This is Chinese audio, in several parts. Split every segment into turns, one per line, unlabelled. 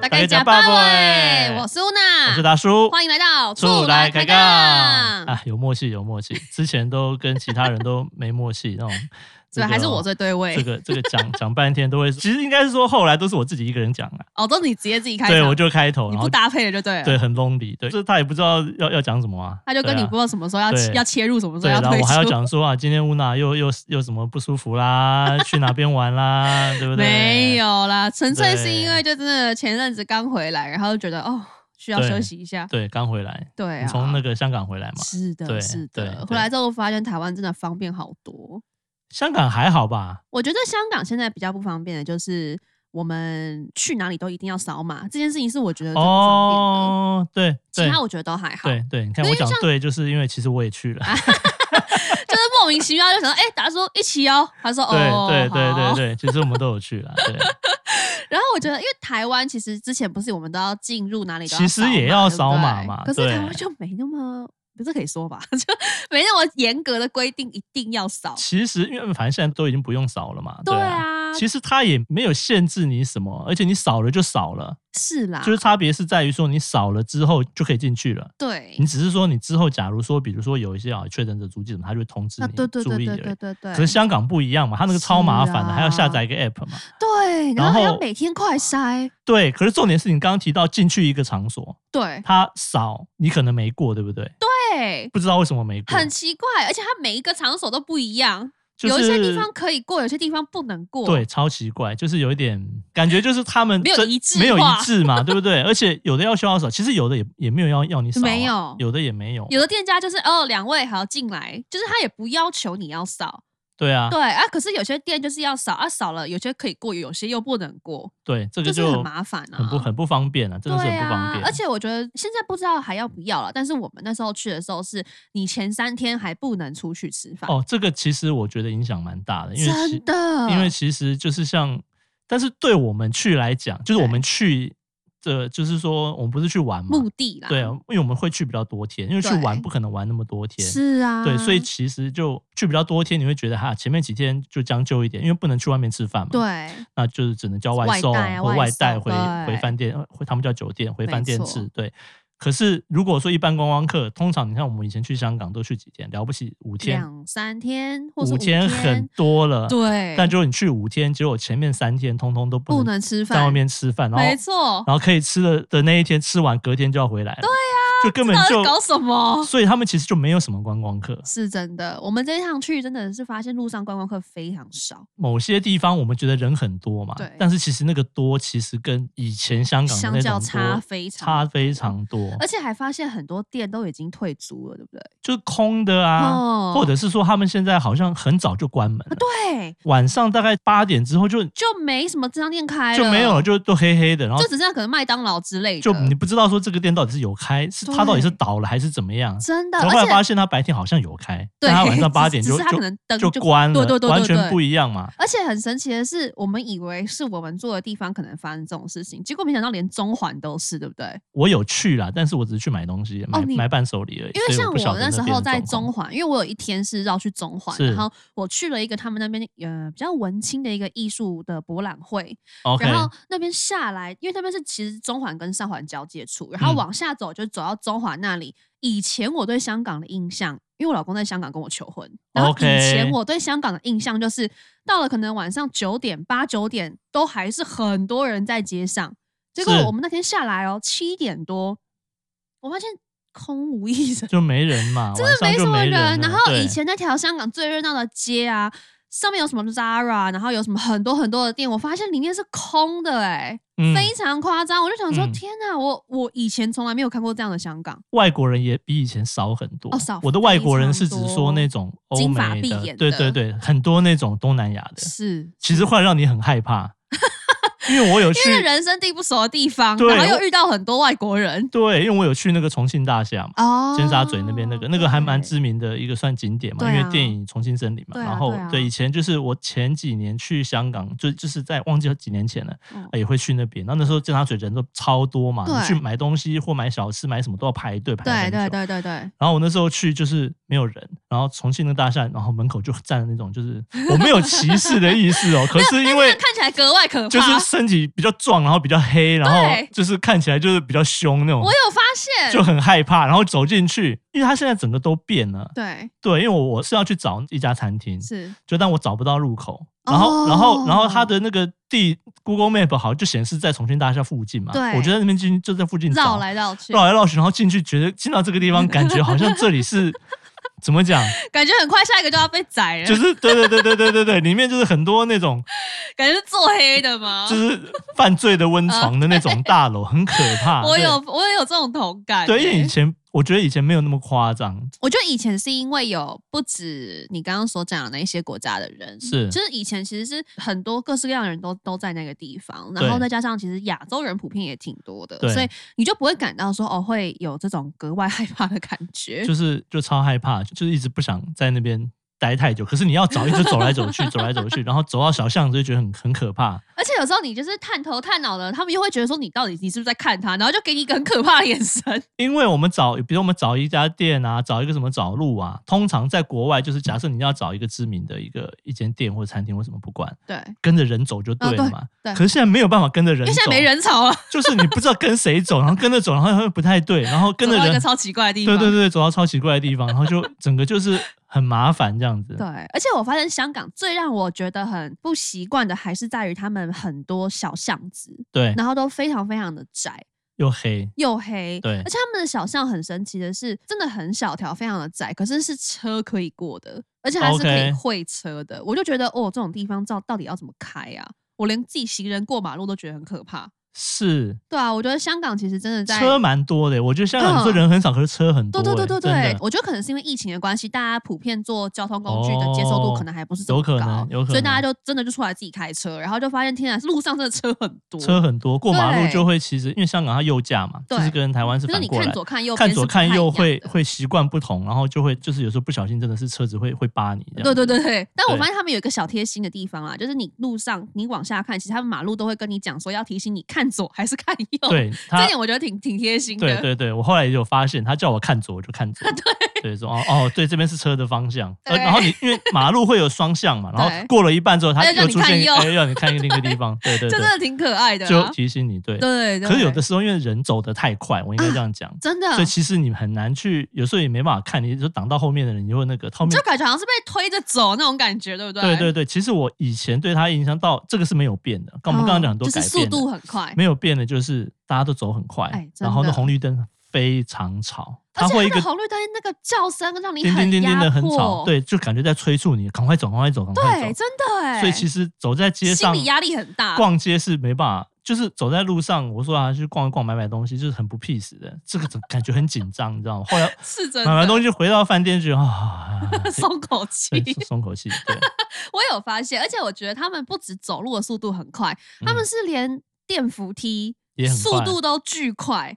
来
假
假
扮
扮
喂
喂，
欸我是
欸我是
Una，
达叔，
啊欢迎来到
出来开杠
杠，
啊！有默契，有默契。之前都跟其他人都没默契， 那种这
对，
个哦
还是我最对位
这个这个讲讲半 天都会，其实应该是说后来都是我自己一个人讲啊，
哦，都是你直接自己开场，
对我就开头，
你
然
不
后
搭配的就对了，
对很 lonely，对，就是他也不知道要要讲什么啊，
他就跟
对
你
啊
不知道什么时候要
对
要切入，什么时
对，
候
然后
退
我还要
出，
讲说啊，今天乌娜又又又什么不舒服啦，去哪边玩啦，对不对？
没有啦，纯粹是
对
因为就真的前阵子刚回来，然后就觉得哦需要
对
休息一下，
对，刚回来，
对
你
啊，
从那个香港回来嘛？
是的，
对
是
对
的，
对
回来之后发现台湾真的方便好多。
香港还好吧？
我觉得香港现在比较不方便的就是我们去哪里都一定要扫码，呃这件事情是我觉得最不方便的。
哦，对
其
对
他我觉得都还好，
对对，你看
因为
我讲对，就是因为其实我也去了。
啊就是莫名其妙就想到，哎、达叔一起哦，他说
对
哦，
对对
好
对对，其实我们都有去啦。对，
然后我觉得，因为台湾其实之前不是我们都要进入哪里都
其实也要扫
对不
码
对
嘛
可是
对
台湾就没那么。不是可以说吧， 就没那么严格的规定一定要扫。
其实因为反正现在都已经不用扫了嘛。
对
啊。
啊，
其实它也没有限制你什么，而且你扫了就扫了，
是啦，
就是差别是在于说你扫了之后就可以进去了。
对
你只是说你之后，假如说比如说有一些啊确诊者足迹什么，他就会通知
啊，
你
对对对
注意
对
而
对
已。
对对，
可是香港不一样嘛，他那个超麻烦
是
的，
啊
还要下载一个 app 嘛。
对，然
然
后还要
后
每天快筛，
对，可是重点是你刚刚提到进去一个场所，
对
他扫你可能没过，对不对？
对，
不知道为什么没过，
很奇怪，而且它每一个场所都不一样，
就是
有一些地方可以过，有些地方不能过。
对，超奇怪，就是有一点感觉，就是他们
没有
真
一致
没有
化
一 致嘛，对不对？而且有的要需要扫，其实有的也也没有要要你扫啊、
没有
有的也没有，
有的店家就是哦，两位好进来，就是他也不要求你要扫，
对啊，
对啊，可是有些店就是要扫啊，扫了有些可以过，有些又不能过，
对，这
就
个
是
就
很麻烦啊，
很不很不方便啊，真的是
对
很不方
啊
便。，
而且我觉得现在不知道还要不要了，但是我们那时候去的时候是，你前三天还不能出去吃饭，
哦，这个其实我觉得影响蛮大的，因为其
真的，
因为其实就是像，但是对我们去来讲，就是我们去的，就是说我们不是去玩嘛，
目的啦，
对啊，因为我们会去比较多天，因为去
对
玩不可能玩那么多天，
是啊，
对，所以其实就去比较多天，你会觉得哈，前面几天就将就一点，因为不能去外面吃饭嘛，，
对
那就是只能叫
外
外送
带啊
或
外
外带
送
回
对
回饭店，呃回他们叫酒店，回
没
饭店
错
吃，对。可是如果说一般观光客，通常你看我们以前去香港都去几天，了不起五天，
两三天或是
五
天
很多了，。
对，
但就是你去五天，结果前面三天通通都
不
能
能吃饭，
在外面吃饭，然后
没错，
然后可以吃了的那一天吃完，隔天就要回来了，对呀、就根本
啊到底
就
搞什么
所以他们其实就没有什么观光客，
是真的，我们这一趟去真的是发现路上观光客非常少，
某些地方我们觉得人很多嘛
对，
但是其实那个多其实跟以前香港的
相
那
较
种
差
多
非常
差
多
非，常多
而，且还发现很多店都已经退租了，对不对？
就是空的啊，
哦啊
或者是说他们现在好像很早就关门了，
对，
晚上大概八点之后就
就没什么这商店开
就没有了，就都黑黑的，然后
就只剩下可能麦当劳之类的，
就你不知道说这个店到底是有开，是它到底是
对
倒了还是怎么样。
真的，
我后来
而
发
且
现他白天好像有开，
对，
但他晚上八 点
只
就是
他可
就
能灯
就关了，
对对对对
完全不
一。
一样嘛。
而且很神奇的是，我们以为是我们住的地方可能发生这种事情，结果没想到连中环都是，对不对？
我有去啦，但是我只是去买东西，买、
哦你
买伴手礼而已。
因为
所以
像
不晓
我
得
那时
边
候
的
在
状
中
况，
环，因为我有一天是绕去中环，
是
然后我去了一个他们那边呃比较文青的一个艺术的博览会
OK，
然后那边下来，因为那边是其实中环跟上环交界处，然后
嗯
往下走就走到中环那里。以前我对香港的印象，因为我老公在香港跟我求婚，然后以
OK
前我对香港的印象就是到了可能晚上九点八九点都还是很多人在街上，结果
是
我们那天下来哦七点多，我发现空无一人。
就没人嘛，
真
晚
的
上
没
就
什么
没
人。然
了
后
对
以前那条香港最热闹的街啊，上面有什么 Zara，然后有什么很多很多的店，我发现里面是空的、欸，
嗯
非常夸张。我就想说，
嗯
天哪，我我以前从来没有看过这样的香港，
外国人也比以前少很多。
哦少
我的外国人是指
非常多
说那种欧
金
美
发
的，
碧眼
对
的
对对，很多那种东南亚的，
是
其实会让你很害 怕，因为我有去
因为人生地不熟的地方，
对
然后
我
又遇到很多外国人
对，因为我有去那个重庆大厦嘛。
哦，
尖沙咀那边那个那个还蛮
对
知名的一个算景点嘛，
对啊
因为电影《重庆森林》嘛。
对啊
然后
对啊
对以前就是我前几年去香港，就就是在忘记几年前了，
嗯
也会去那边。那那时候尖沙咀人都超多嘛，
对
你去买东西或买小吃买什么都要排队排
对
很久。
对对对对，
然后我那时候去就是没有人，然然后重庆的大厦，然后门口就站了那 种，就是我没有歧视的意思哦，可是因为
但哎看起来格外可怕。
就是身体比较壮，然后比较黑，然后
对
就是看起来就是比较凶那种
我，有发现，
就很害怕，然后走进去，因为他现在整个都变了，
对，
对，因为我我是要去找一家餐厅，
是
就但我找不到入口，然后、然后然后他的那个地 Google Map 好像就显示在重庆大厦附近嘛，
对
我就在那边进就在附近
绕
找，
来绕去，
绕来绕去，然后进去觉得进到这个地方，感觉好像这里是怎么讲，
感觉很快下一个就要被宰了，
就是对对对对对对对，里面就是很多那种
感觉是做黑的吗？
就是犯罪的温床的那种大楼，很可怕。
我
啊对
有我有这种同感欸、
对，因为以前我觉得以前没有那么夸张，
我觉得以前是因为有不止你刚刚所讲的那些国家的人，
是
就是以前其实是很多各式各样的人都都在那个地方，
对
然后再加上其实亚洲人普遍也挺多的
对，
所以你就不会感到说哦会有这种格外害怕的感觉。
就是就超害怕，就是一直不想在那边待太久。可是你要找，一直走来 走去，走来走去，然后走到小巷子就觉得很很可怕。
而且有时候你就是探头探脑的，他们又会觉得说你到底你是不是在看他，然后就给你一个很可怕的眼神。
因为我们找，比如我们找一家店啊，找一个什么找路啊，通常在国外就是假设你要找一个知名的一个一间店或餐厅或什么不管，
对，
跟着人走就对了嘛。
哦对对
可是现在没有办法跟着人
因
走，
为现在没，人潮了，
就是你不知道跟谁走，然后跟着走，然后又不太对，然后跟着
走到一
人
个超奇怪的地
对
方。
对对，走到超奇怪的地方，然后就整个就是很麻烦这样子。
对，而且我发现香港最让我觉得很不习惯的，还是在于他们很多小巷子，
对，
然后都非常非常的窄
又黑，
又黑。
对
而且他们的小巷很神奇的是，真的很小条，非常的窄，可是是车可以过的，而且还是可
OK
以会车的。我就觉得哦，这种地方到到底要怎么开啊？我连自己行人过马路都觉得很可怕。
是
对啊，我觉得香港其实真的在
车蛮多的。我觉得香港你说
嗯
人很少，可是车很多
对
欸。
对对对
真的
对，我觉得可能是因为疫情的关系，大家普遍坐交通工具的接受度可能还不是这
哦有
么
可
高，
能有可
所以大
能
家就真的就出来自己开车，然后就发现天啊，路上真的车很多，
车很多，过马路
对
就会其实因为香港它右驾嘛，就
对
是跟台湾是
就是
反
你
过
看
来。
左看右，
看左看右会
会。
会习惯不同，然后就会就是有时候不小心真的是车子会会扒你这样
对
子。
对对对，但我
对
发现他们有一个小贴心的地方啦，就是你路上你往下看，其实他们马路都会跟你讲说要提醒你看左还是看右，，
对，
这
他
点我觉得挺挺贴心的。
对对对，我后来也有发现，他叫我看左我就看 左，对说哦哦对，这边是车的方向，呃
对
然后你因为马路会有双向嘛，然后
对
过了一半之后，他
他就叫
又
你
出
看
现
右
哎让你看另一个地方，对 对
这真
对，
的挺可爱的
就
啦。
提醒你对。
对，对
可是有的时候因为人走得太快，我应该这样讲，
真的
所以其实你很难去，有时候也没办法看，你就挡到后面的人，你就会那个后面
就感觉好像是被推着走那种感觉，对不对？
对对对，其实我以前对他影响到这个是没有变的，跟我们刚刚讲很多
嗯
改
就
变
是
的，
速度很快，
没有变的就是大家都走很快，
哎真
然后那
的
红绿灯非常吵，它
而且
会一
它
个
的红绿灯那个叫声让你
叮叮
很
叮叮
压
的很吵，
迫，
对，就感觉在催促你赶快走，赶快走，赶快
对，
走。
真的哎，
所以其实走在街上，
心理压力很大，
逛街是没办法，就是走在路上，我说啊去逛一逛买买东西，就是很不 peace 的，这个整感觉很紧张，你知道吗？后来
是真的。
买完东西回到饭店去 啊，
松口气
对，松松口气，对，
我有发现，而且我觉得他们不止走路的速度很快，
嗯
他们是连电扶梯
也很
速
快
度都巨快，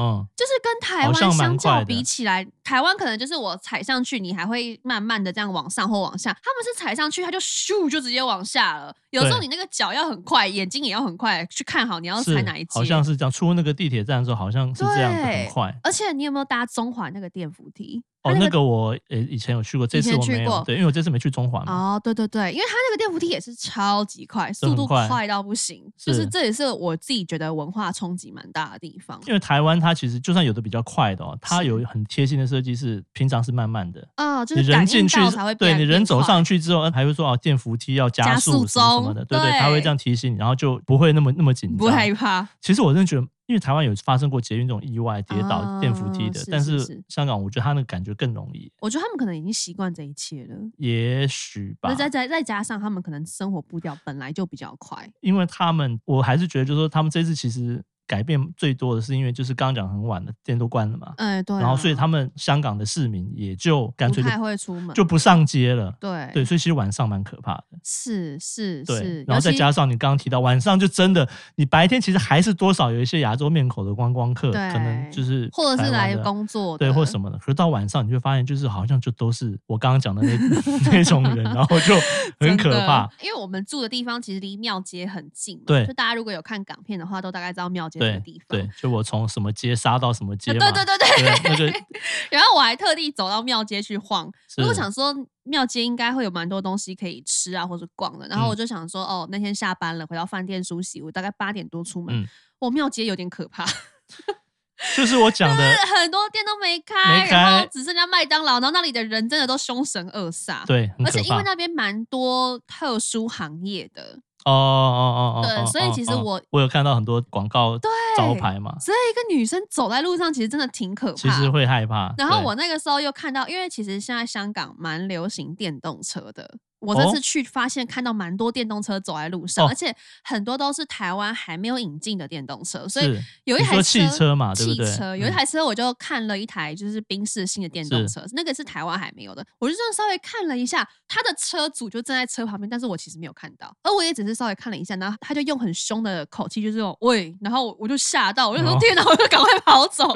嗯，
就是跟台
好像
湾
蛮
相
快
较
的
比起来，台湾可能就是我踩上去，你还会慢慢的这样往上或往下，他们是踩上去它就咻就直接往下了。有时候
对
你那个脚要很快，眼睛也要很快去看好你要
是
踩哪一阶。
好像是这样。出那个地铁站的时候，好像是这样子，
对
很快。
而且你有没有搭中环那个电扶梯？
哦，
它
那个我呃以前有去过，这次
前
我
去
没有，
过
对，因为我这次没去中环嘛。
哦，对对对，因为它那个电扶梯也是超级快，
很
速度
快啊
快到不行，就是
是
这也是我自己觉得文化冲击蛮大的地方。
因为台湾它其实就算有的比较快的哦，它
是
有很贴心的设计是平常是慢慢的，
啊、嗯就
你
是
人
感
进
应
去
到才会
对
变
你人走，上
变
去之后，呃还会说哦电扶梯要加
加
速
速
什么什么
中
的，对对，
对
它会这样提醒你，然后就不会那么那么
快
紧
不会害
张。
怕。
其实我真的觉得，因为台湾有发生过捷运这种意外跌倒
啊
电扶梯的，
是
但
是
是
是
香港我觉得它那个感觉更容易，
我觉得他们可能已经习惯这一切了，
也许吧
那。再再再加上他们可能生活步调本来就比较快，
因为他们，我还是觉得，就是说他们这次其实改变最多的是，因为就是刚刚讲很晚了，店都关了嘛，
哎、对、
然后所以他们香港的市民也就干
不
脆就
太会出门，
就不上街了。
对
对，所以其实晚上蛮可怕的，
是是
对
是，，
然后再
尤其
加上你刚刚提到晚上就真的，你白天其实还是多少有一些亚洲面孔的观光客，
对
可能就是
或者是
台湾
来
的
工作
对或
的
什么的，可是到晚上你就发现就是好像就都是我刚刚 讲的那那种人，然后就很
真
可
的
怕，。
因为我们住的地方其实离庙街很近嘛，
对
就大家如果有看港片的话，都大概知道庙街这个
对
地方。啊
对，就我从什么街杀到什么街
对
嘛，
对对对
那
对
个。
然后我还特地走到庙街去晃，因为我
是
想说庙街应该会有蛮多东西可以吃啊，或者逛的。然
嗯
后我就想说，哦，那天下班了，回到饭店梳洗，我大概八点多出门
嗯。
我庙街有点可怕，
就是我讲的，
很多店都没开，
呃没
然后
开
只剩下麦当劳，然后那里的人真的都凶神恶煞。
对，很
而且
可
因为
怕
那边蛮多特殊行业的，
哦哦哦哦，
对
哦
所以其实
哦哦
我
我有看到很多广告招牌嘛，
所以一个女生走在路上其实真的挺可怕。
其实会害怕。
然后
对
我那个时候又看到，因为其实现在香港蛮流行电动车的。我这
哦
次去发现看到蛮多电动车走在路上，
哦
而且很多都是台湾还没有引进的电动车，所以
是
有一
你
台
说汽车嘛对不对
汽车有一
嗯
台车，我就看了一台就是宾士新的电动
是
车，那个是台湾还没有的，我就这样稍微看了一下，他的车主就站在车旁边，但是我其实没有看到，而我也只是稍微看了一下，然后他就用很凶的口气，就是那种喂，然后我我就吓到，我就说
哦
天哪，我就赶快跑走，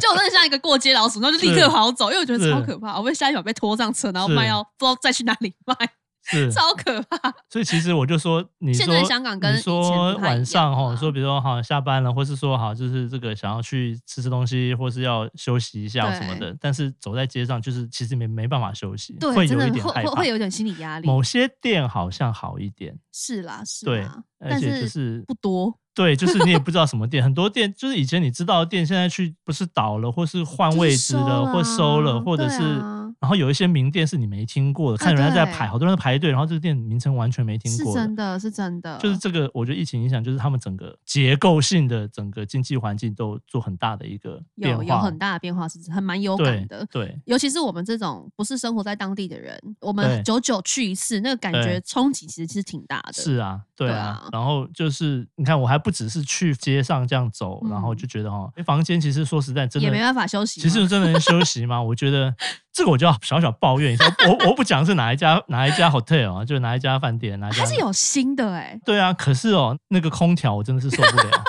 就我真的像一个过街老鼠，然后就立刻
是
跑走，因为我觉得超
是
可怕，我被下一秒被拖上车，然后
是
卖到不知道再去哪里卖，
是，
超可怕。
所以其实我就说，你
现
说
在香港跟
你
以前不太一
说
样
晚上
啊
哈，说比如说好下班了，或是说好就是这个想要去吃吃东西，或是要休息一下什么
对
的，但是走在街上就是其实没没办法休息，
对，
会
真
有
的
一点
会
害
会
怕
会。有点心理压力，
某些店好像好一点，
是啦是
对
啦，
而
但
且就是是
不多，
对，就是你也不知道什么店，很多店就是以前你知道的店，现在去不是倒了，或是换
就是
位置了，或收了，或者
对
是、
啊
然后有一些名店是你没听过的，看人家在排，
对
好多人在排队，然后这个店名称完全没听
是
过
真的是真的，
就是这个，我觉得疫情影响，就是他们整个结构性的整个经济环境都做很大的一个变
有
化，
有很大的变化，是很蛮有
对
感的。
对
尤其是我们这种不是生活在当地的人，我
对
们久久去一次，那个感觉
对
冲击其实是挺大的。
是啊，对
对
啊
啊。
然后就是你看，我还不只是去街上这样走，然后
嗯
就觉得哦，诶房间其实说实在真
也
的
没办法休息嘛。
其实真的能休息吗？我觉得这个我就要小小抱怨一下，我我不讲是哪一家哪一家 hotel 啊，就哪一家饭 店哪一家
还。是有新的哎、
对啊，可是哦，那个空调我真的是受不了。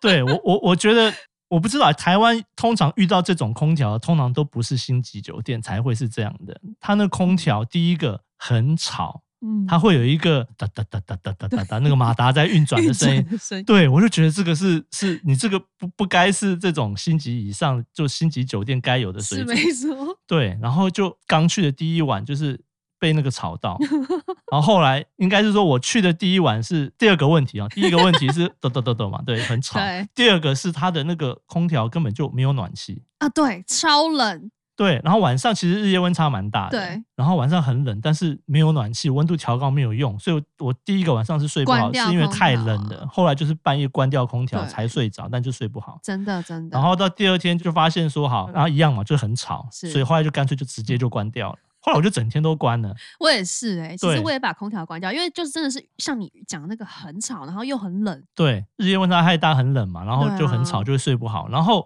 对我我我觉得我不知道，台湾通常遇到这种空调，通常都不是星级酒店才会是这样的。它那空调第一个很吵，
嗯，
它会有一个哒哒哒哒哒哒哒哒那个马达在运转的
运
声音
转，的声音，
对，我就觉得这个是是你这个不不该是这种星级以上就星级酒店该有的水
是
准。
没错。
对，然后就刚去的第一晚就是被那个吵到，然后后来应该是说我去的第一晚是第二个问题啊，第一个问题是 抖抖抖抖嘛，对，很吵
对。
第二个是它的那个空调根本就没有暖气。
啊，对，超冷，
对，然后晚上其实日夜温差蛮大的，
对，
然后晚上很冷，但是没有暖气，温度调高没有用，所以我我第一个晚上是睡不
关
好，
掉
是因为
空
太
调
冷了，后来就是半夜关掉空调
对
才睡着，但就睡不好。
真的真的。嗯
然后到第二天就发现说好，然后一样嘛，就很吵，
是
所以后来就干脆就直接就关掉了。后来我就整天都关了，
我也是哎、其实
对
我也把空调关掉，因为就是真的是像你讲的那个很吵，然后又很冷，
对，日夜温差太大，很冷嘛，然后
对啊
就很吵，就会睡不好。然后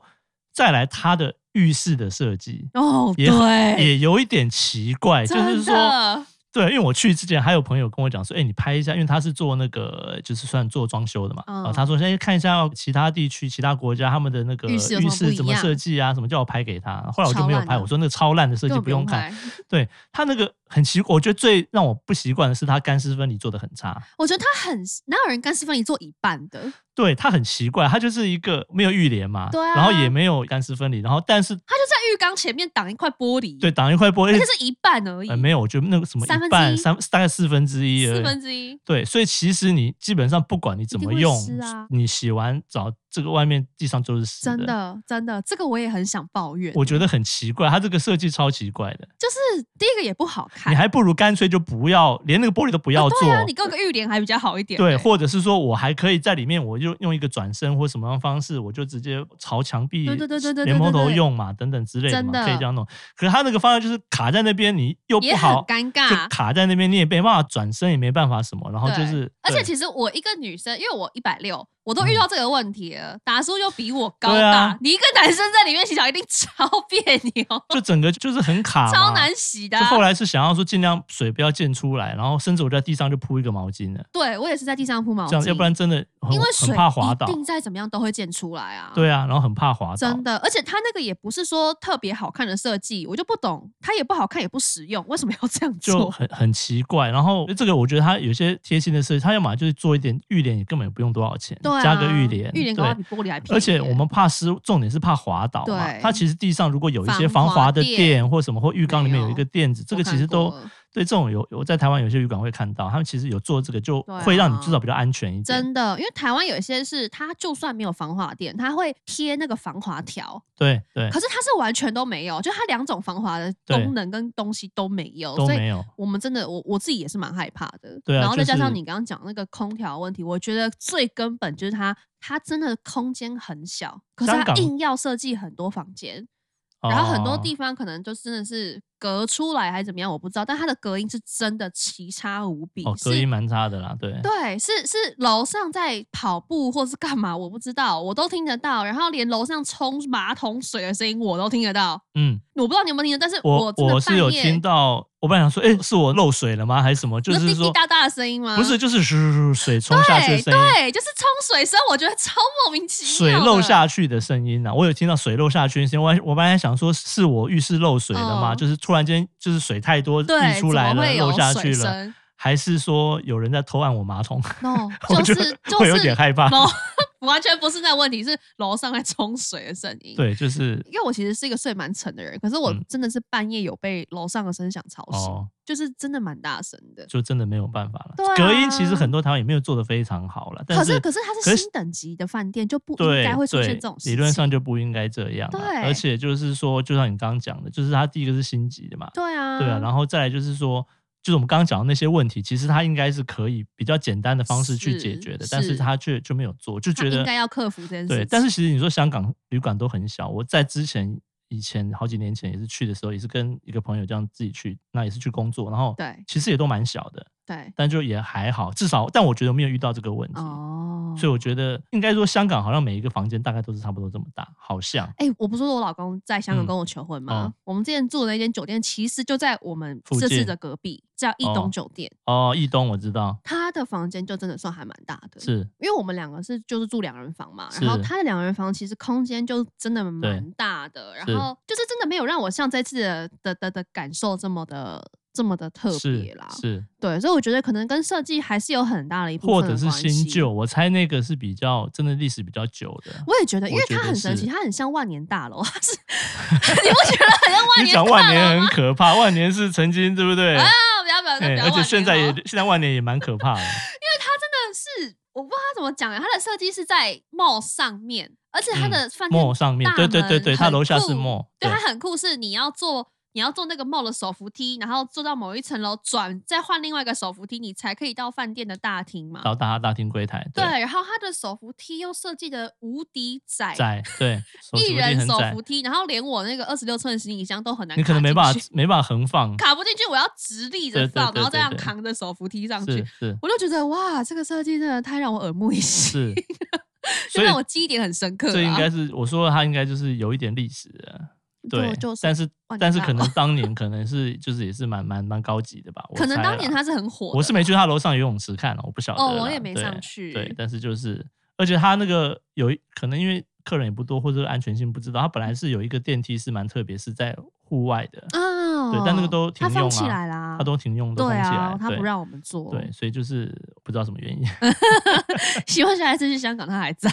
再来它的浴室的设计
哦，
也很
对，
也有一点奇怪，就
真的
是说，对，因为我去之前还有朋友跟我讲说，哎、你拍一下，因为他是做那个就是算做装修的嘛，啊、
嗯
他说先看一下其他地区、其他国家他们的那个
浴室有什
浴
么不
室
一
怎么
样
设计啊，什么叫我拍给他，后来我就
超
没有
烂
拍，
的
我说那个超烂的设
根
计
本
不用看，
拍。
对它那个很奇怪，我觉得最让我不习惯的是它干湿分离做的很差。
我觉得他很哪有人干湿分离做一半的？
对，它很奇怪，它就是一个没有浴帘嘛，
对啊
然后也没有干湿分离，然后但是
他就在浴缸前面挡一块玻璃，
对，挡一块玻
而
璃
且，是一半而已，
呃，没有，我觉得那个什么
三分
一
之
半
一
三大概四分之一而
四
已，
分之一。
对，所以其实你基本上不管你怎
定
么
会
用
湿啊，
你洗完澡这个外面地上都是湿
真的，真的，这个我也很想抱怨。
我觉得很奇怪，它这个设计超奇怪的，
就是第一个也不好看，
你还不如干脆就不要，连那个玻璃都不要做。
对啊，你跟个浴帘还比较好一点、
对，
欸
或者是说我还可以在里面，我就用一个转身或什么样的方式，我就直接朝墙壁、
对对对对对
连
对
摸头
对
用嘛，等等之类的
真
嘛，
的
可以这样弄。可是他那个方案就是卡在那边，你又
也
不
很
好，
尴
就
尬。
卡在那边，你也没办法转身，也没办法什么，然后就
对
是，
而且
对
其实我一个女生，因为我一百六，我都遇
嗯
到这个问题了。达叔又比我高
对
大，
啊
你一个男生在里面洗澡一定超别扭，
就整个就是很卡，
超难。洗的啊、
就后来是想要说尽量水不要溅出来，然后甚至我在地上就铺一个毛巾了，
对我也是在地上铺毛
这样
巾，
要不然真的很
因为水
很怕滑倒
一。定再怎么样都会溅出来啊。
对啊，然后很怕滑倒。
真的，而且它那个也不是说特别好看的设计，我就不懂，它也不好看，也不实用，为什么要这样
就
做？
很很奇怪。然后这个我觉得它有些贴心的设计，它要么就是做一点浴帘，也根本也不用多少钱。
对对啊，
加个浴帘
浴帘搞不好
对
比玻璃还便宜耶。
而且我们怕湿，重点是怕滑倒嘛
对。
它其实地上如果有一些
防
防
滑
滑的
垫
垫或什么，或浴缸里面
没有
有一个垫子，这
我
个
看
其实都
过
对这种有我在台湾有些旅馆会看到，他们其实有做这个，就
对啊
会让你至少比较安全一点。
真的，因为台湾有一些是它就算没有防滑垫，它会贴那个防滑条，
对对
可是它是完全都没有，就它两种防滑的
对
功能跟东西都没有，
都
所以
没有。
我们真的，我我自己也是蛮害怕的。
对啊
然后再
就是
加上你刚刚讲那个空调问题，我觉得最根本就是它，它真的空间很小，可是
香
它
港
硬要设计很多房间，然后很多
哦
地方可能就真的是隔出来还是怎么样，我不知道，但它的隔音是真的奇差无比，
哦，隔
是
音蛮差的啦，对。
对，是是楼上在跑步或是干嘛，我不知道，我都听得到。然后连楼上冲马桶水的声音我都听得到，
嗯，
我不知道你有没有听到，但是
我
真的
我
半
是有
夜
听到，我本来想说，哎，是我漏水了吗？还是什么？就
那
是
滴滴
说，
答答的声音吗？
不是，就是咻咻咻水冲下去
对
的声音，
啊对，就是冲水声，我觉得超莫名其
水
妙的。
漏下去的声音啊，我有听到水漏下去的声音。我还我本来想说，是我浴室漏水了吗？
嗯
就是突然间就是水太多
对
溢出来
怎么
了，
会有
漏下去
水
了
声，
还是说有人在偷按我马桶？
，no，
我
就
觉
是
得
就
会有
是
点害怕
no，完 全不是那问题，是楼上在冲水的声音。。
对，就是
因为我其实是一个睡蛮沉的人，可是我
嗯
真的是半夜有被楼上的声响吵醒，
哦，
就是真的蛮大声的。
就真的没有办法了。
对啊
隔音其实很多台湾也没有做的非常好了，但
可是
是
可是它
可
是
是
新等级的饭店，就不应
对
该会出现
对
这种事情。
理论上就不应该这样啊。
对
而且就是说，就像你刚刚讲的，就是它第一个是星级的嘛，
对啊，
对啊，然后再来就是说，就是我们刚刚讲的那些问题，其实它应该是可以比较简单的方式去解决的，
是
但是
是
它却就没有做，就
它
觉
应
得
该要克服这件事情。
对。但是其实你说香港旅馆都很小，我在之前以前好几年前也是去的时候，也是跟一个朋友这样自己去，那也是去工作，然后
对
其实也都蛮小的，
对
但就也还好，至少但我觉得没有遇到这个问题。
哦，
所以我觉得应该说，香港好像每一个房间大概都是差不多这么大，好像
哎、我不是说我老公在香港
嗯
跟我求婚吗？
哦
我们之前住的那间酒店其实就在我们
附
这次
近
的隔壁，叫逸
哦
东酒店。
哦。一东我知道
他的房间就真的算还蛮大的，
是
因为我们两个是就是住两人房嘛，然后
是
他的两人房其实空间就真的蛮
对
大的，然
是
后就是真的没有让我像这次的的的的感受这么的这么的特别
是
啦，
是，
对，所以我觉得可能跟设计还是有很大的一部
或
分的
者
嗯
是
关系
新旧，。我猜那个是比较真的历史比较久的。
我也觉得，因为
我觉
它
得
很神
是
奇，它很像万年大楼， 它是你不觉得很像万
你
年
讲
大楼
万年
吗
很可怕，万年是曾经对不对？
啊不要不要，不要
哎而
万
且现在
年
也
哦
现在万年也蛮可怕的，
但是我不知道他怎么讲啊，他的设计是在 mall 上面，而且
嗯
他的饭店
墨上面
大，
对对对
门
对，它
很
楼下是
酷
墨，
对，啊它很酷，是你要坐你要坐那个 mall 的手扶梯，然后坐到某一层楼转，再换另外一个手扶梯，你才可以到饭店的大厅嘛
然。后大家大厅柜台，
对，，然后它的手扶梯又设计的无敌窄，
窄对，手
一
扶梯
人
很
手
窄
扶，梯，然后连我那个二十六寸的行李箱都很难，
你可能没办法。没办法横放，
卡不进去，我要直立着
对对
放，
对
然后再
对
让
对
扛着手扶梯上
是
去，
是
我就觉得哇，这个设计真的太让我耳目一新。
是，
就
所以
让我记忆点很深刻、啊。
这应该是我说它应该就是有一点历史的，对
就，
但是
万年
但是
大
可
楼
能当年可能是就是也是蛮蛮蛮高级的吧，我
可能
猜
当
啦
年他是很火的，
我是没去他楼上游泳池看了，我不晓得啦。
哦我也没
对
上去
对，但是就是，而且他那个有一可能因为客人也不多，或者安全性不知道，他本来是有一个电梯是蛮特别，是在户外的，
嗯啊，
对但那个都
他
停
放
用
起
啊
来啦，
他都停用，都封
对
起来
啊，，他
对
不让我们做。
对，，所以就是不知道什么 原因。
希望下一次去香港他还 在。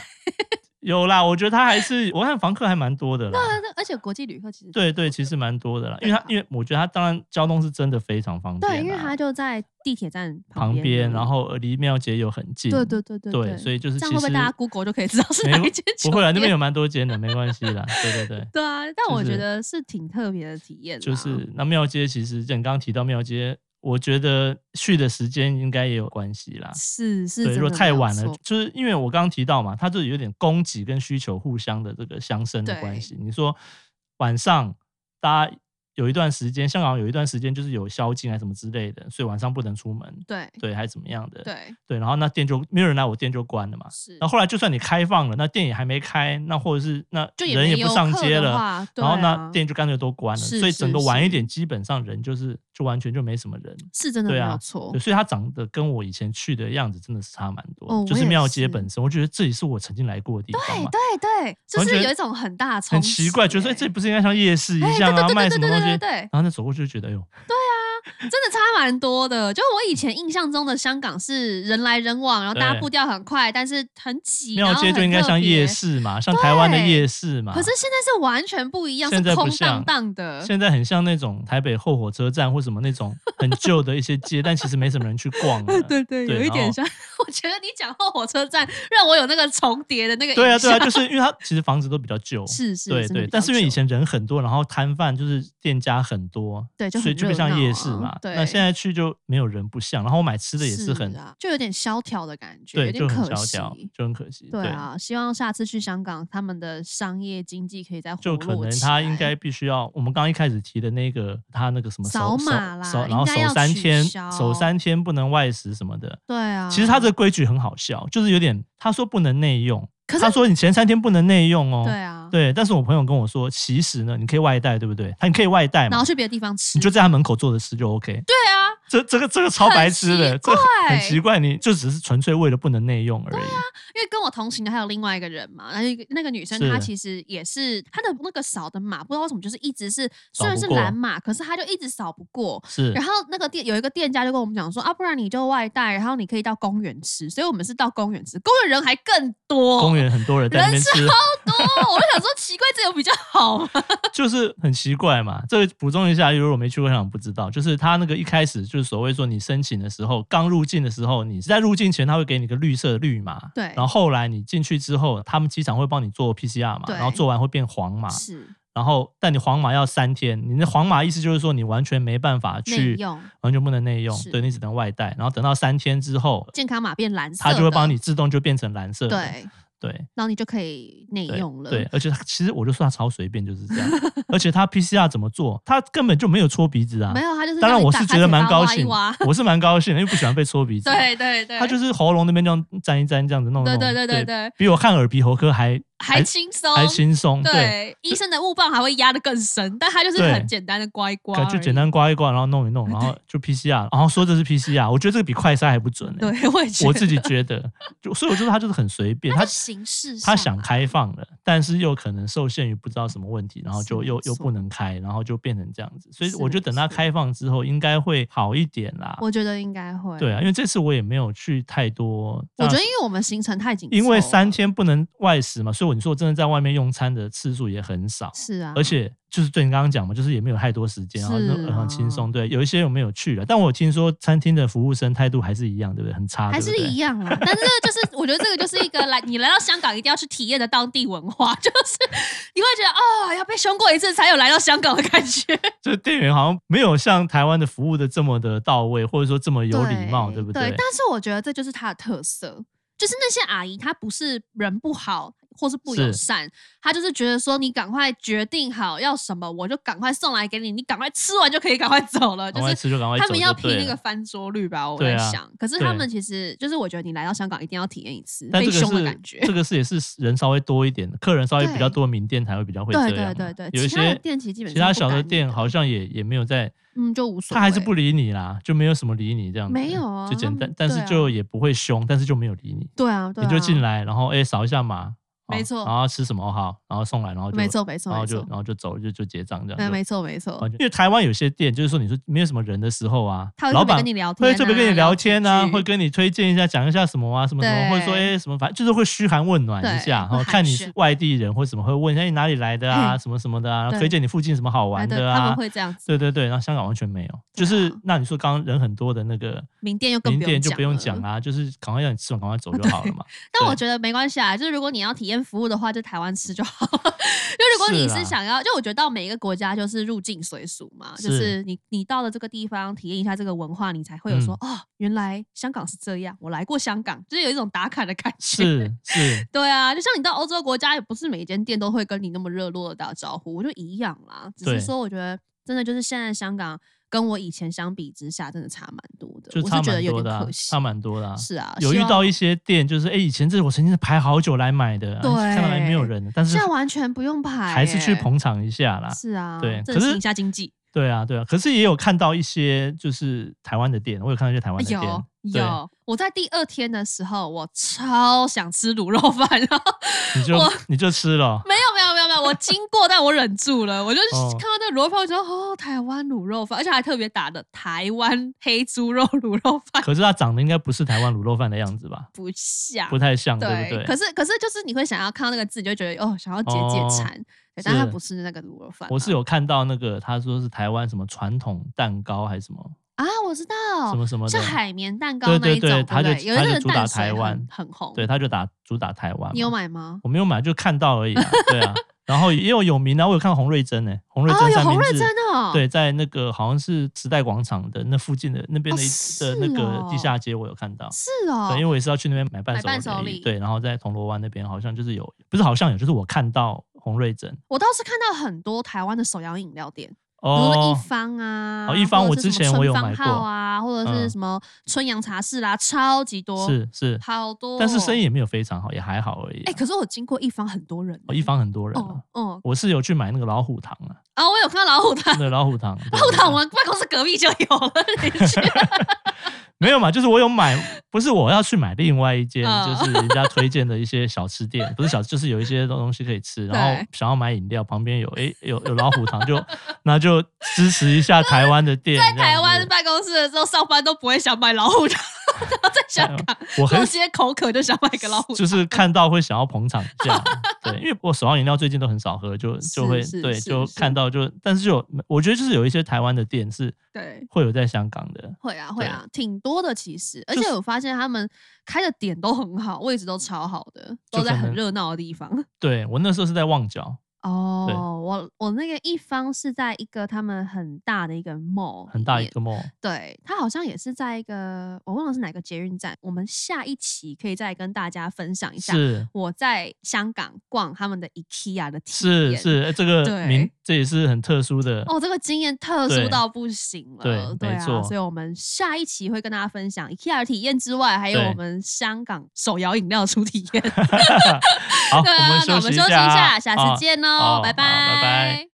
有啦，我觉得他还是我看房客还蛮多的啦。
啊那而且国际旅客其实
对对，其实蛮多的啦，
对
因为
啊
他因为我觉得他当然交通是真的非常方便啦，
对，因为他就在地铁站
旁
边而
边，
已，
然后离庙街又很近，
对对对对
对，所以就是
这
其
样
实
会不会大家 Google 就可以知道是哪
没
一间酒
不会啊，那
店
边有蛮多间的，没关系啦。对 对对，
对啊，但我
就是
觉得是挺特别的体验啦，
就是那庙街，其实像你刚刚提到庙街，我觉得去的时间应该也有关系啦。
是是，
啊对，
真
如果
的
太
没有
晚了
错，
就是因为我刚刚提到嘛，它就有点供给跟需求互相的这个相生的
对
关系。你说晚上大家有一段时间，香港有一段时间就是有宵禁啊什么之类的，所以晚上不能出门，
对
对，还是怎么样的，
对
对，然后那店就没有人来，我店就关了嘛。
是，
然后后来就算你开放了，那店也还没开，那或者是那
就也
人
没
也
游
不上
客
街
的
了，
话对
然后那
啊
店就干脆都关了，
是
所以整
是
个晚一
是
点，基本上人就是就完全就没什么人。
是真的没
对啊
有错
对，，所以它长得跟我以前去的样子真的是差蛮多的，
哦
就
我也
庙街
是
本身，我觉得这里是我曾经来过的地方
对
嘛，
对对，就
完
是
全
有一种很大的冲
很
击耶，
奇怪，觉得说哎这不是应该像夜市一
哎
样
对对
啊，
对
卖
对
什么
对
东
对
西
对对，
然后那走过去就觉得，哎呦，
真的差蛮多的。就我以前印象中的香港是人来人往，然后大家
对
步调很快，但是很挤，
庙
然后
街
很
就应该
特
像夜
别。
市嘛，像台湾的
对
夜市嘛。
可是现在是完全不一样，
现在
是
不
空
像
荡荡的。
现在很像那种台北后火车站或什么那种很旧的一些街，但其实没什么人去逛了。
对对，
对
有一
然后
点像。 我觉得你讲后火车站，让我有那个重叠的那个
对啊，
印
对啊，
象
就是因为它其实房子都比较旧，
是是，啊
对
真的
对
比，
但
较
是因为以
久
前人很多，然后摊贩就是店家很多，
对就
所以
很
就不
热
像夜
闹
市
啊
嘛。那
对
现在去就没有人不像，然后买吃的也是很
啊，就有点萧条的感觉，
对，
有
就
点
很
可
萧
惜。
条，就很可惜。
对啊，希望下次去香港，他们的商业经济可以再活
就
络
可能
起
他
来
应该必须要，我们刚刚一开始提的那个，他那个什么
扫
守守
码啦
守，然
应
后
该
守
要
三
取
天，
消
守三天不能外食什么的。
对啊。
其实他这个规矩很好笑，就是有点他说不能内用，
可
他
是
说你前三天不能内用哦。
对啊，
对但是我朋友跟我说，其实呢，你可以外带，对不对？他你可以外带
然
嘛
后，去别的地方吃，
你就在他门口坐着吃就 OK。
对啊，
这这个这个超
很
白痴的，
奇
这很
怪啊
奇怪，你就只是纯粹为了不能内用而已。
因为跟我同行的还有另外一个人嘛，然后一个那个女生
是
她其实也是她的那个扫的码，不知道为什么就是一直是虽然
扫
是
不过
蓝码，可是她就一直扫不过。
是
然后那个店有一个店家就跟我们讲说啊，不然你就外带，然后你可以到公园吃。所以我们是到公园吃，公园人还更多，
公园很多人在
人
那边
超
吃，
多。我就想说奇怪，这有比较好吗？
就是很奇怪嘛。这个补充一下，如果我没去过香港不知道，就是他那个一开始就是所谓说你申请的时候，刚入境的时候，你在入境前他会给你个绿色的绿码，
对
然后后来你进去之后，他们机场会帮你做 PCR 嘛，
对
然后做完会变黄码，
是
然后但你黄码要三天，你那黄码意思就是说你完全没办法
内
去，
用
完全不能内用，
是
对你只能外带，然后等到三天之后，
健康码变蓝色的，
它就会帮你自动就变成蓝色的，
对，
对。
然后你就可以内
对
用了。
对，而且他其实我就说他超随便，就是 这样。而且他 PCR 怎么做，他根本就没有戳鼻子啊。
没有，他就是
当然
让你
我
打
是
开
觉得
嘴
蛮
巴
高
挖一
兴
挖，
我是蛮高兴的，因为不喜欢被戳鼻子。，
对对对，
他就是喉咙那边这样沾一沾，这样子弄一
对
弄。
对对对对，
比我看耳鼻喉科还
还轻松，
还轻松。对，
哦对，医生的雾棒还会压得更深，但他就是
对
很简单的刮一刮
对，
而已，
就简单刮一刮，然后弄一弄，然后就 PCR，然后说这是 PCR，我觉得这个比快筛还不准欸。
对，我也觉得
我自己觉得，就所以我觉得他就是很随便，
他
他
就形式
他
上
想
啊
开放了，但是又可能受限于不知道什么问题，然后
是
就
没
又又
错
不能开，然后就变成这样子。所以
是
我觉得
没
等它
错
开放之后，应该会好一点啦。
我觉得应该会，
对啊，，因为这次我也没有去太多。
我
当
觉得
然
因为我们行程太紧凑了，
因为三天不能外食嘛，所以我你说我真的在外面用餐的次数也很少，
是啊，
而且就是对你刚刚讲嘛，就是也没有太多时间，然后
是
就
啊
很轻松。对，有一些我没有去啊了，但我听说餐厅的服务生态度还是一样，对不对？很差，
还
对
是
不对
一样啊。但是这个就是，我觉得这个就是一个来你来到香港一定要去体验的当地文化， 就是你会觉得哦，要被凶过一次才有来到香港的感觉。
就是店员好像没有像台湾的服务的这么的到位，或者说这么有礼貌，对不
对？但是我觉得这就是它的特色，就是那些阿姨她不是人不好。或是不友
是
善，她就是觉得说你赶快决定好要什么，我就赶快送来给你，你赶快吃完就可以赶快走了。
赶
就
快
是
吃就赶快走
他
就
们
对
要
了。
拼那个翻桌率吧，我
对
在
啊
想。可是他
对
们其实就是，我觉得你来到香港一定要体验一次
但
被
这个
凶的
是
感觉。
这个是也是人稍微多一点的，客人稍微比较
对
多，名店才会比较会
对
这样嘛。
对对对
有一
其他
些
的店其实基本
其他
上不
小的
敢理
店
的
好像也也没有在，
嗯，就无所谓。
他还是不理你啦，就没有什么理你这样子。
没有啊
就简
他
单
们，
但是
对啊
就也不会凶，但是就没有理你，
对啊，对啊，
你就进，来，然后哎扫一下码，
没
哦
错
然后吃什么好，然后送来，然后就
没错没错
然后
没
就
错
然，后就走就就结账这
嗯，
样。
没
就
错没错
完，全因为台湾有些店，就是说你说没有什么人的时候啊
他，会
老
特别
板
跟你聊天、
会
啊，
特别跟你聊天啊，
几句
会跟你推荐一下，讲一下什么啊，什么什么，
对
或者说哎、诶什么，反正就是会嘘寒问暖一下，
对
然后
会寒
看你
暄
是外地人或什么，会问一下你哪里来的啊，
嗯
什么什么的啊，
对
推荐你附近什么好
哎
玩
对
的
他
啊
们。会这样子。
对对对，然后香港完全没有，就是那你说刚刚人很多的那个
名店又更
名
不用
店就不用
讲
讲
了
啦、就是赶快让你吃完赶快走就好了嘛。
但我
对
觉得没关系啊，就是如果你要体验服务的话，就台湾吃就好。 就如果你
是啦
是想要，就我觉得到每一个国家就是入境随俗嘛，就是是你你到了这个地方体验一下这个文化，你才会有说、
嗯
哦，原来香港是这样，我来过香港，就是有一种打卡的感觉。
是是，
对啊，就像你到欧洲国家，也不是每一间店都会跟你那么热络的打招呼，我就一样啦。只
对
是说，我觉得真的就是现在香港跟我以前相比之下，真的差蛮多的。
就
我
差
是觉得
蛮
有
多
点
的、啊
可，惜。
差蛮多的、啊。
是啊，
有
希
遇
望
到一些店，就是哎、诶以前这是我曾经排好久来买的，哎
对
看到来没有人，但是
现在完全不用排耶，
还是去捧场一下啦。
是啊，
对
振
可是
兴一下经济。
对啊，对啊，可是也有看到一些就是台湾的店，我有看到一些台湾的店
有，
对
有，我在第二天的时候，我超想吃卤肉饭，然后
你就
我
你就吃了
，没有没有没有没没有，我经过，但我忍住了。我就
哦
看到那个卤肉饭，我觉得哦，台湾卤肉饭，而且还特别打的台湾黑猪肉卤肉饭，
可是它长得应该不是台湾卤肉饭的样子吧？
不像。
不太像，对
对
不对？
可是可是就是你会想要看到那个字，你就会觉得哦，想要解解馋，对但它不是那个卤肉饭啊。
哦我是有看到那个，他说是台湾什么传统蛋糕还是什么
啊，我知道，
什么什么的
像，海绵蛋糕
对
那
对
一种，
对
不
它就
有一
它就
阵子
主打
淡水
台湾
很很红，
对，他就打主打台湾。
你有？买吗？
我没有买，就看到而已啊。对啊，然后也有有名的，我有看到洪瑞珍呢，洪瑞
哦，
珍
有
三
洪
明
瑞
治
珍。哦，
对，在那个好像是时代广场的那附近的那边
哦
的一
是
的那个
哦
地下街，我有看到。
是哦，
对，因为我也是要去那边买伴
买伴手
手
礼
礼，对，然后在铜锣湾那边好像就是有，不是好像有，就是我看到洪瑞珍
我倒是看到很多台湾的手摇饮料店，比如说
哦
一，方啊，
哦一方
或者是
我之
什么
前我有
春芳
买过
号啊，或者是
嗯
什么春阳茶室啦，超级多，
是是，
好多，
但是生意。也没有非常好，也还好而已啊、
哎、可是我经过一方很多人、
哦一方很多人、啊
哦，哦
我是有去买那个老虎糖啊，
啊，我有看到老虎堂，
那个老虎糖，
老虎堂我
吗？
们办公室隔壁就有了，你去
没有嘛，就是我有买，不是我要去买另外一间，
嗯
就是人家推荐的一些小吃 店，不是小，就是有一些东西可以吃，然后
对
想要买饮料，旁边有诶、有有老虎糖，就 那就支持一下台湾的店，
在
这样
台湾
子
办公室的时候上班都不会想买老虎堂，然 后在香港
我很
中些口渴就想买个老虎
就
堂，
是看到会想要捧场一下，对，因为我手上饮料最近都很少喝，就就会
是是
对，
是
就是看到就，但是有我觉得就是有一些台湾的店是
对。
会有在香港的，
会啊，会
对
啊，挺多的其实，而
就
且
是
我发现他们开的点都很好，位置都超好的，都
就
在
可
很
能
热闹的地方。
对我那时候是在旺角，
哦，我我那个一方是在一个他们很大的一个 mall，
很
里
大一
面
个 mall，
对，它好像也是在一个我忘了是哪个捷运站，我们下一期可以再跟大家分享一下
是
我在香港逛他们的 IKEA 的体
是
验。
是，呃这个
对
名这也是很特殊的，
哦，这个经验特殊
对
到不行了，
对没
啊，
错
所以我们下一期会跟大家分享 IKEA 的体验之外，还有
对
我们香港手摇饮料的初体验。
好，
对啊，那我
我
们
们
休息
休息
一
一
下，
下，啊
下
好
次见喽，哦
好
拜
好拜拜